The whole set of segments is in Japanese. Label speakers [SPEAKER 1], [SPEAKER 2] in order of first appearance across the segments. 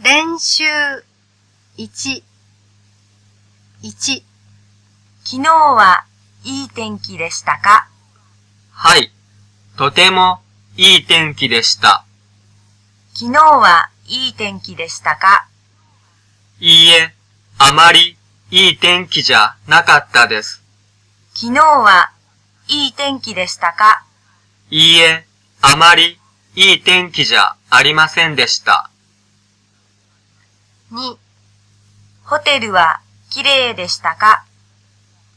[SPEAKER 1] 練習1、1、
[SPEAKER 2] 昨日はいい天気でしたか
[SPEAKER 3] はい。とてもいい天気でした。
[SPEAKER 2] 昨日はいい天気でしたか
[SPEAKER 3] いいえ、あまりいい天気じゃなかったです。
[SPEAKER 2] 昨日はいい天気でしたか
[SPEAKER 3] いいえ、あまりいい天気じゃありませんでした。
[SPEAKER 1] 2、
[SPEAKER 2] ホテルは綺麗でしたか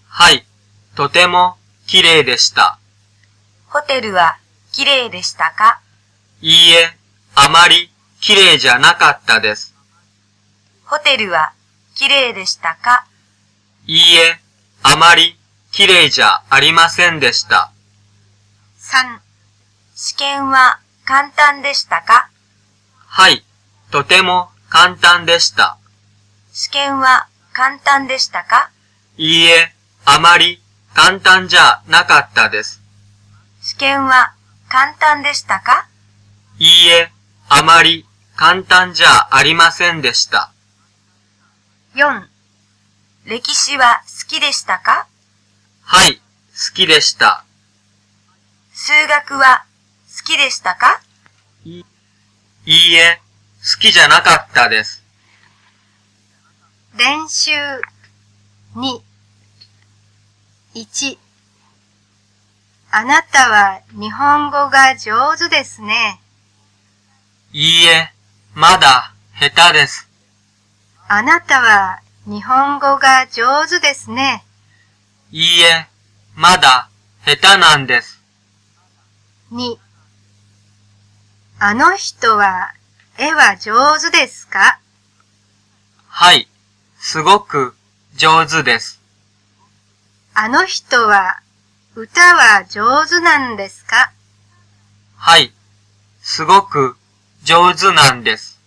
[SPEAKER 3] はい。とても綺麗でした。
[SPEAKER 2] ホテルは綺麗でしたか
[SPEAKER 3] いいえ、あまり綺麗じゃなかったです。
[SPEAKER 2] ホテルは綺麗でしたか
[SPEAKER 3] いいえ、あまり綺麗じゃありませんでした。
[SPEAKER 1] 3、
[SPEAKER 2] 試験は簡単でしたか
[SPEAKER 3] はい。とても簡単でした。
[SPEAKER 2] 試験は簡単でしたか
[SPEAKER 3] いいえ、あまり簡単じゃなかったです。
[SPEAKER 2] 試験は簡単でしたか
[SPEAKER 3] いいえ、あまり簡単じゃありませんでした。
[SPEAKER 1] 4、
[SPEAKER 2] 歴史は好きでしたか
[SPEAKER 3] はい、好きでした。
[SPEAKER 2] 数学は好きでしたか
[SPEAKER 3] いいえ、好きじゃなかったです。
[SPEAKER 1] 練習2、1、あなたは日本語が上手ですね。
[SPEAKER 3] いいえ、まだ下手です。
[SPEAKER 1] あなたは日本語が上手ですね。
[SPEAKER 3] いいえ、まだ下手なんです。
[SPEAKER 1] 2、あの人は絵は上手ですか
[SPEAKER 3] はい、すごく上手です。
[SPEAKER 1] あの人は歌は上手なんですか
[SPEAKER 3] はい、すごく上手なんです。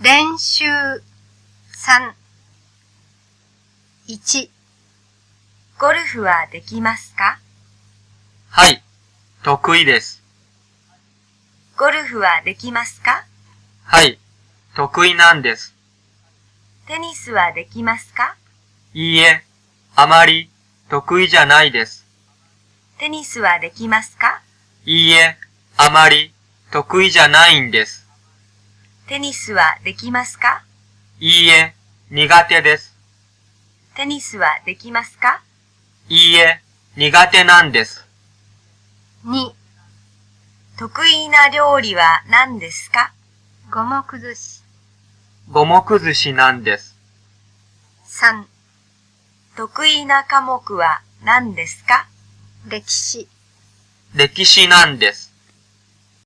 [SPEAKER 1] 練習3、1、
[SPEAKER 2] ゴルフはできますか
[SPEAKER 3] はい、得意です。
[SPEAKER 2] ゴルフはできますか
[SPEAKER 3] はい、得意なんです。
[SPEAKER 2] テニスはできますか
[SPEAKER 3] いいえ、あまり得意じゃないです。
[SPEAKER 2] テニスはできますか
[SPEAKER 3] いいえ、あまり得意じゃないんです。
[SPEAKER 2] テニスはできますか
[SPEAKER 3] いいえ、苦手です。
[SPEAKER 2] テニスはできますか
[SPEAKER 3] いいえ、苦手なんです。
[SPEAKER 1] 2、
[SPEAKER 2] 得意な料理は何ですか
[SPEAKER 1] 五目寿司
[SPEAKER 3] 五目寿司なんです。
[SPEAKER 1] 3、
[SPEAKER 2] 得意な科目は何ですか
[SPEAKER 1] 歴史
[SPEAKER 3] 歴史なんです。